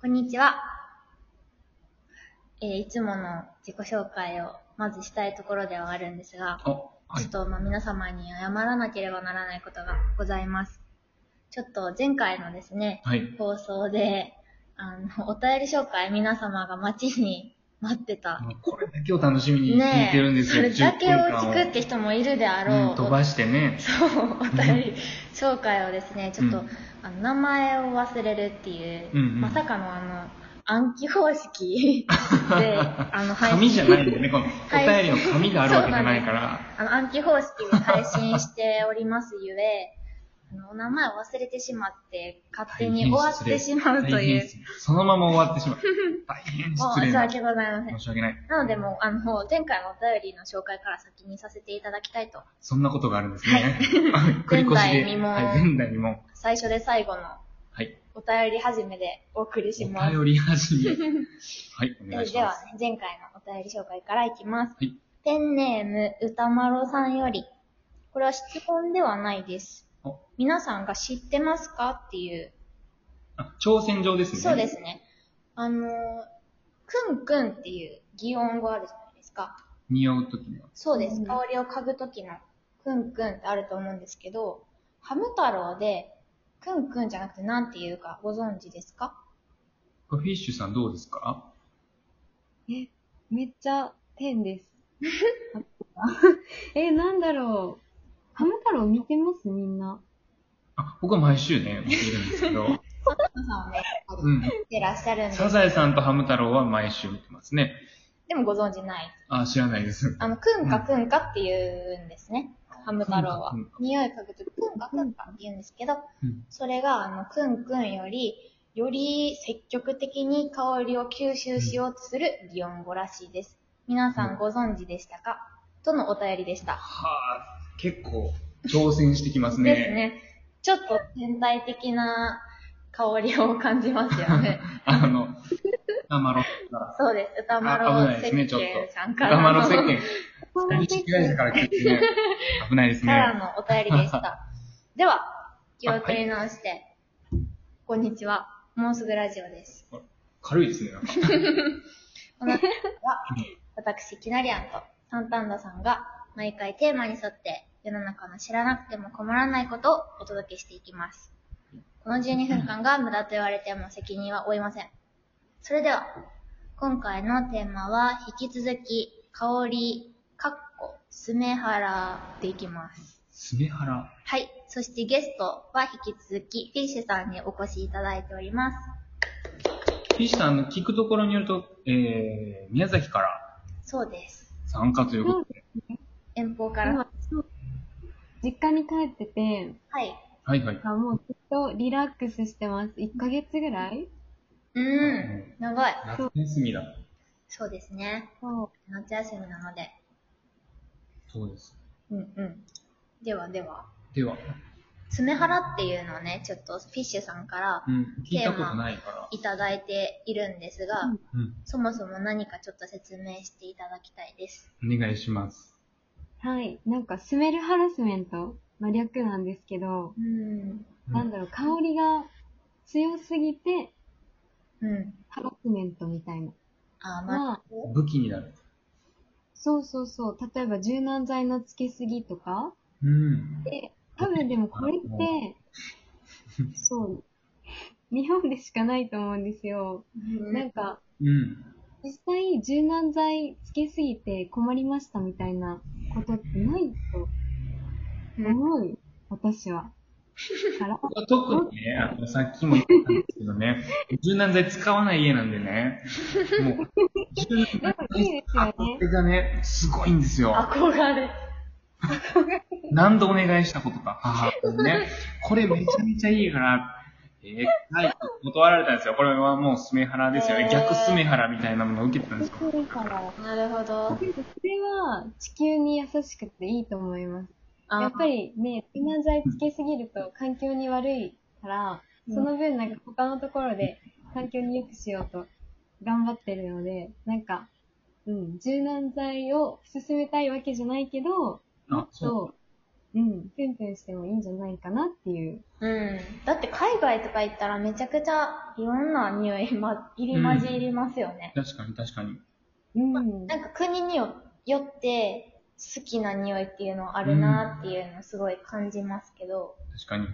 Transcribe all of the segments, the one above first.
こんにちは。えーいつもの自己紹介をまずしたいところではあるんですが、あ、はちいょっ。とまあ皆様に謝らなければならないことがございます。ちょっと前回のですね、はい。放送で、あの、お便り紹介皆様が待ちに待ってた。もうこれだけを楽しみに聞いねてるんえ、ですそよ。れだけを聞く10って人もいるであ分間をろう、。うん飛ばしてね。そう、お便り紹介をですね、ちょっと、うんあの名前を忘れるっていう、うんうんまさかのあの、暗記方式 で、 あの、紙じゃないんだよね。このおはい便りの紙があるわけじゃないから。 あの、暗記方式で配信しておりますゆえ、あの、お名前を忘れてしまって、勝手に終わってしまうと大い変う失礼。そのまま終わってしまう。大変もう失礼申し な。訳ございません申。し訳ない。なのでもう、あの、前回のお便りの紹介から先にさせていただきたいと。そんなことがあるんですね。 繰り越前し代で。未聞はい、前代未聞。最初で最後のはい。お便り始めでお送りします。お便り 始め。はい、おえ願いーしではまねす。、前回のお便り紹介からいきます。はいペンネーム、歌丸さんより。これは質問ではないですあ。皆さんが知ってますかっていう。あ挑戦状ですね。そうで。すね。あのー、くんくんっていう擬音語あるじゃないですか。匂うときの。そうです。香りを嗅ぐときのくんくんってあると思うんですけど、ハム太郎でくんくんじゃなくてなんていうかご存知ですかこれフィッシュさんどうですかめっちゃペンです。 え、なんだろう。ハム太郎見てますみんな。あ、僕は毎週ね、見ているんですけ ど。皆さんはね、あのう知ん。ってらっしゃるんですサ。ザエさんとハム太郎は毎週見てますね。でもご存知ない。あ、知らないです。あの、くんかくんかって言うんですね。ハム太郎はくんかくんか。匂い嗅ぐとくんかくんかって言うんですけどうん、それが、あの、くんくんより、より積極的に香りを吸収しようとする擬音語らしいです。皆さうんんご存知でしたかとのお便りでした。はあ、結構挑戦してきますね。ですね。ちょっと全体的な香りを感じますよね。 あの、歌丸から。そうです。歌丸あ危ない石ですねちょっ鹸さんか歌らの丸石鹸。大事嫌いだはから聞いてね。危ないですからね。のお便りでした。では、気を取り直して、こんにちは。もうすぐラジオです。軽いですね。なんかこのは、私、きなりアンとサンタンダさんが毎回テーマに沿って世の中の知らなくても困らないことをお届けしていきます。この12分間が無駄と言われても責任は負いません。それでは、今回のテーマは引き続き、香り、かっこ、スメハラでいきます。スメハラ。はい。そしてゲストは引き続き、フィッシュさんにお越しいただいております。フィッシュさんの聞くところによると、えー、宮崎からそうです。参加ということで。遠方から。今そう実家に帰ってて、はい。はいはい。あもうずっとリラックスしてます。1ヶ月ぐらいうーん。長い。夏休みだ。そうですね。そう。夏休みなので。そうです。うんうん。ではでは。では、爪腹っていうのをね、ちょっとフィッシュさんからうん、聞いたことないから。いただいているんですが、うんうん、そもそも何かちょっと説明していただきたいです。お願いします。はい。なんか、スメルハラスメントの略なんですけど、うん。うんなんだろう、香りが強すぎて、うん。ハラスメントみたいな。あー、ままあ、あ、武器になる。そうそうそう。例えば柔軟剤のつけすぎとか、うん。で、多分でもこれって、そう、日本でしかないと思うんですよ。なんか、うん。実際柔軟剤つけすぎて困りましたみたいなことってないと思う、私は。 から、特にね、あの、さっきも言ったんですけどね、柔軟剤使わない家なんでね、もう、柔軟いいですよねこれがね、すごいんですよ。憧れ。何度お願いしたことか、母親にね、これめちゃめちゃいいから、えー、はい、断られたんですよ。これはもうスメハラですよね。逆スメハラみたいなものを受けてたんですよ。そうから、なるほど そ。れは地球に優しくていいと思います。あーやっぱりね、柔軟剤つけすぎると環境に悪いから、うんその分なんか他のところで環境に良くしようと頑張ってるので、なんか、うん、柔軟剤を勧めたいわけじゃないけど、あ、そう、ううん、ぴゅんぴゅんしてもいいんじゃないかなっていう。うん。だって海外とか行ったらめちゃくちゃいろんな匂いま、入り混じりますよね。確かに確かに。うん。なんか国によよって好きな匂いっていうのあるなっていうのすごい感じますけど、確かに。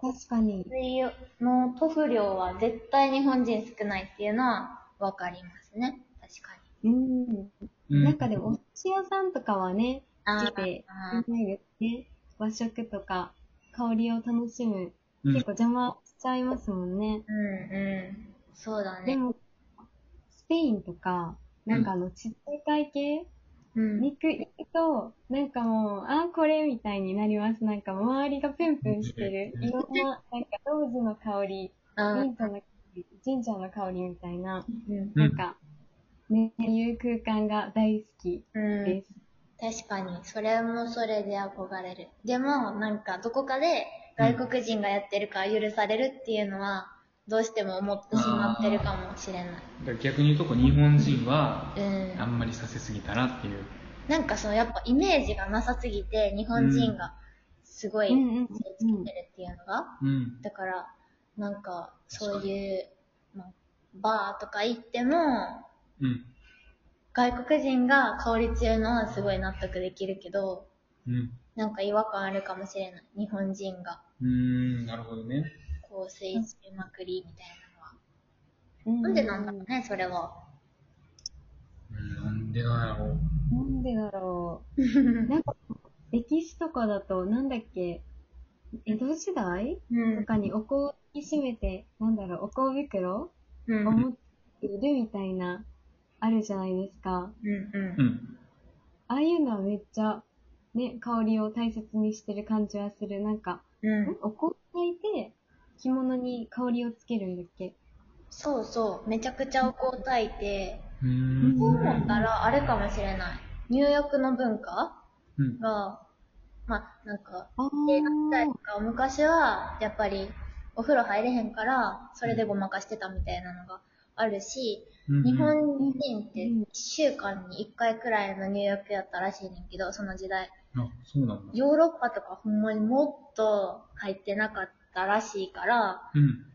確かに。水曜の塗布量は絶対日本人少ないっていうのはわかりますね。確かに。うん。うなんかでも、お寿司屋さんとかはね、来てあー、みんなでね、和食とか香りを楽しむ、うん結構邪魔しちゃいますもんね。うんうん。そうだでね。も、スペインとか、なんかあの、ちっちゃい体系、うん。肉行くと、なんかもう、あーこれみたいになります。なんか周りがプンプンしてる。いろんな、なんかローズの香り、あミントの香り、ジンジャーの香りみたいな、うん。なんか、ね、いう空間が大好きうんで。す。確かに。それもそれで憧れる。でも、なんかどこかで外国人がやってるから許されるっていうのは、どうしても思ってしまってるかもしれない。だから逆に言うとこう日本人はうんあ。んまりさせすぎたなっていう。なんかそのやっぱイメージがなさすぎて、日本人がすごいうんうんうん気をつけてるっていうのが、うん。だから、なんか、そういう、まあバーとか行っても、うん。外国人が香り強いのはすごい納得できるけど、うん。なんか違和感あるかもしれない。日本人が、うーん、なるほどね。こう、吸い付けまくりみたいなのは。ななんでなんだろうね、それは。うん、なんでなんやろう。なんでだろう。なんか、歴史とかだと、なんだっけ、江戸時代うんとかにお香を引き締めて、なんだろう、お香袋うをん。うん持っているみたいな、あるじゃないですか。うん。うん。ああいうのはめっちゃ、ね、香りを大切にしてる感じはする。なんか、うん。お香を焚いて、着物に香りをつけるんだっけそうそう。めちゃくちゃお香炊いて、うーん。そう思ったらあれかもしれない。入浴の文化うん。が、まあ、なんか、ああで、学生とか昔は、やっぱり、お風呂入れへんから、それでごまかしてたみたいなのがあるし、うん日本人ってうん1週間に1回くらいの入浴やったらしいねんけど、その時代。あ、そうなんだ。ヨーロッパとかほんまにもっと入ってなかったらしいから、うん。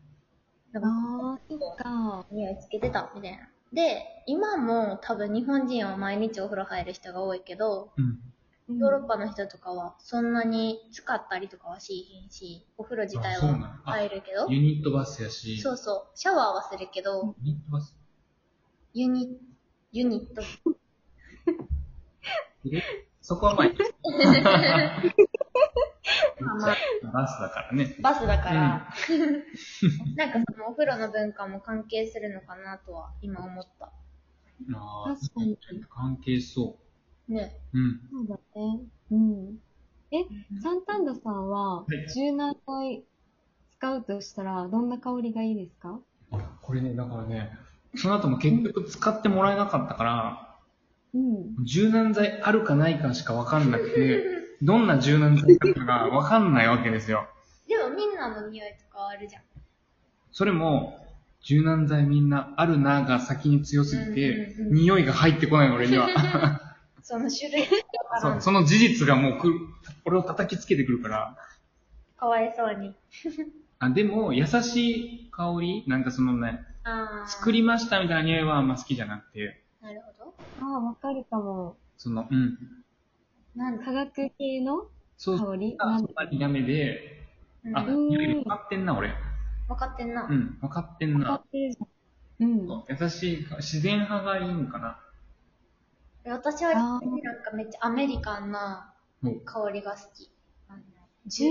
なんかあー、そっか。匂いつけてたみたいな。で、今も多分日本人は毎日お風呂入る人が多いけど、うん。ヨヨーロッパの人とかはそんなに使ったりとかはしいへんし、お風呂自体あそうなんはやあ入るけど、ユニットバスやし、そうそう。シャワーはするけど、ユニットバス。ユニ、ユニット。えそこはまあいいですまあバスだからね。バスだから、 なんかそのお風呂の文化も関係するのかなとは今思った。あー確かに関係そね。う。うん。そうだね。うん。え、サンタンダさんははい、柔軟剤使うとしたら、どんな香りがいいですかあこれね、だからね、その後も結局使ってもらえなかったから、うん。柔軟剤あるかないかしかわかんなくて、どんな柔軟剤だったかがわかんないわけですよ。でもみんなの匂いとかあるじゃん。それも、柔軟剤みんなあるなが先に強すぎて、うんうんうん匂いが入ってこない俺 には。その種類わかそら。うんその事実がもうくる、俺を叩きつけてくるから。かわいそうに。あでも、優しい香りなんかそのね、ああ。作りましたみたいな匂いはあんま好きじゃなくて、なるほど。ああ、わかるかも。その、うん。なんだ化学系のそう、香りあんまりダメで、うんあ、ん匂い分かってんな、俺。わかってんな。うん、分かってん使なっ。てるじゃん。うん。優しいか、自然派がいいんかな。私はなんあーかめっちゃアメリカンなうん香りが好き。あのえ柔ー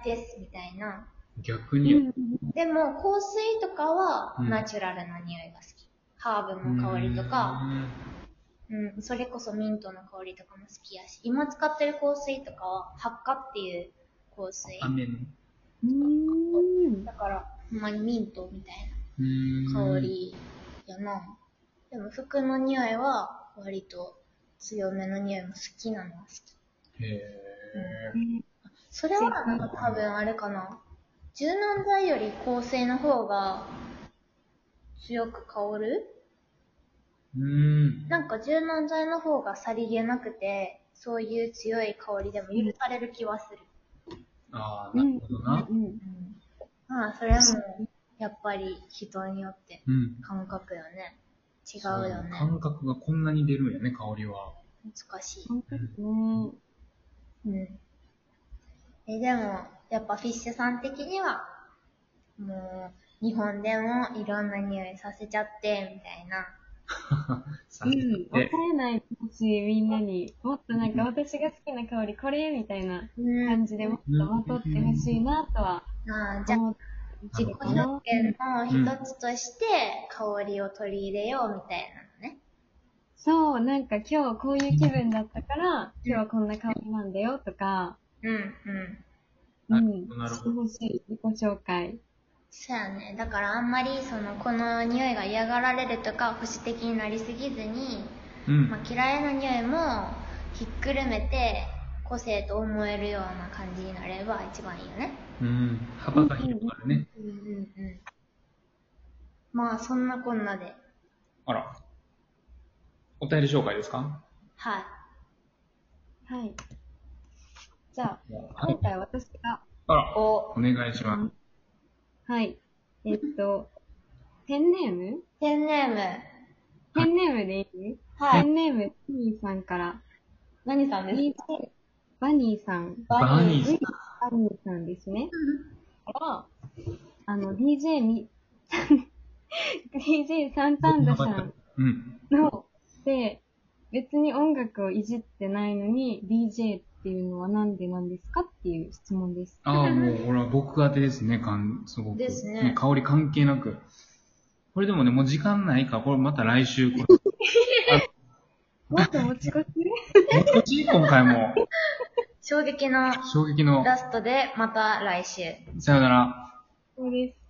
軟剤ですみたいな。逆うに、ん。でも、香水とかはうんナチュラルな匂いが好き。ハーブの香りとか、うん、それこそミントの香りとかも好きやし、今使ってる香水とかは、ハッカっていう香水う。ん、雨の。うん。だから、ほんまにミントみたいうーんな香。りやな。でも、服の匂いは、割と強めの匂いも好きなのは好き。へえ。それは、なんか多分あれかな。柔軟剤より香水の方が強く香るうーん。なんか柔軟剤の方がさりげなくて、そういう強い香りでも許される気はする。ああ、なるほどな。うんうんうん。まあ、それはもう、やっぱり人によってうん。感覚よね。違うそうよね。感覚がこんなに出るんやね、香りは。難しい。そうですね。うん。え、でも、やっぱフィッシュさん的には、もう、日本でもいろんな匂いさせちゃって、みたいな。さて分かれないし、みんなにもっとなんか私が好きな香りこれみたいなう感じでもっとまとってほしいなとはああ、じゃあ、思って自己表現の一つとして、香りを取り入れよう、みたいなのね。そう、なんか今日こういう気分だったから、今日はこんな香りなんだよとか、うん、うん。なうるんほどなる、しほてどほしい、自己紹介。そうやね。だからあんまり、その、この匂いが嫌がられるとか、保守的になりすぎずに、うんまあ、嫌いな匂いもひっくるめて個性と思えるような感じになれば一番いいよね。うん。幅が広がるね。うんうんうん。まあそんなこんなで、あら。お便り紹介ですかはい。はい。じゃあ、はい今。回私が、あら。お、お願いします。はい。えっと、ペンネームペンネーム。ペンネームでいいはいペ。ンネーム、バニーさんから。何さんえーバニーさん。バニーさん。バニーさんですね。から、あの、DJ に、DJ サンタンダさん。うん。の、で、別に音楽をいじってないのに DJ っていうのはなんでなんですかっていう質問です。ああ、もう、ほら、僕宛てですね、かん、すごく。ですね香り関係なく。これでもね、もう時間ないから、これまた来週。 これもっと持ち越しもうち今回も、衝撃の衝撃の、ラストでまた来週。さよなら。そうです。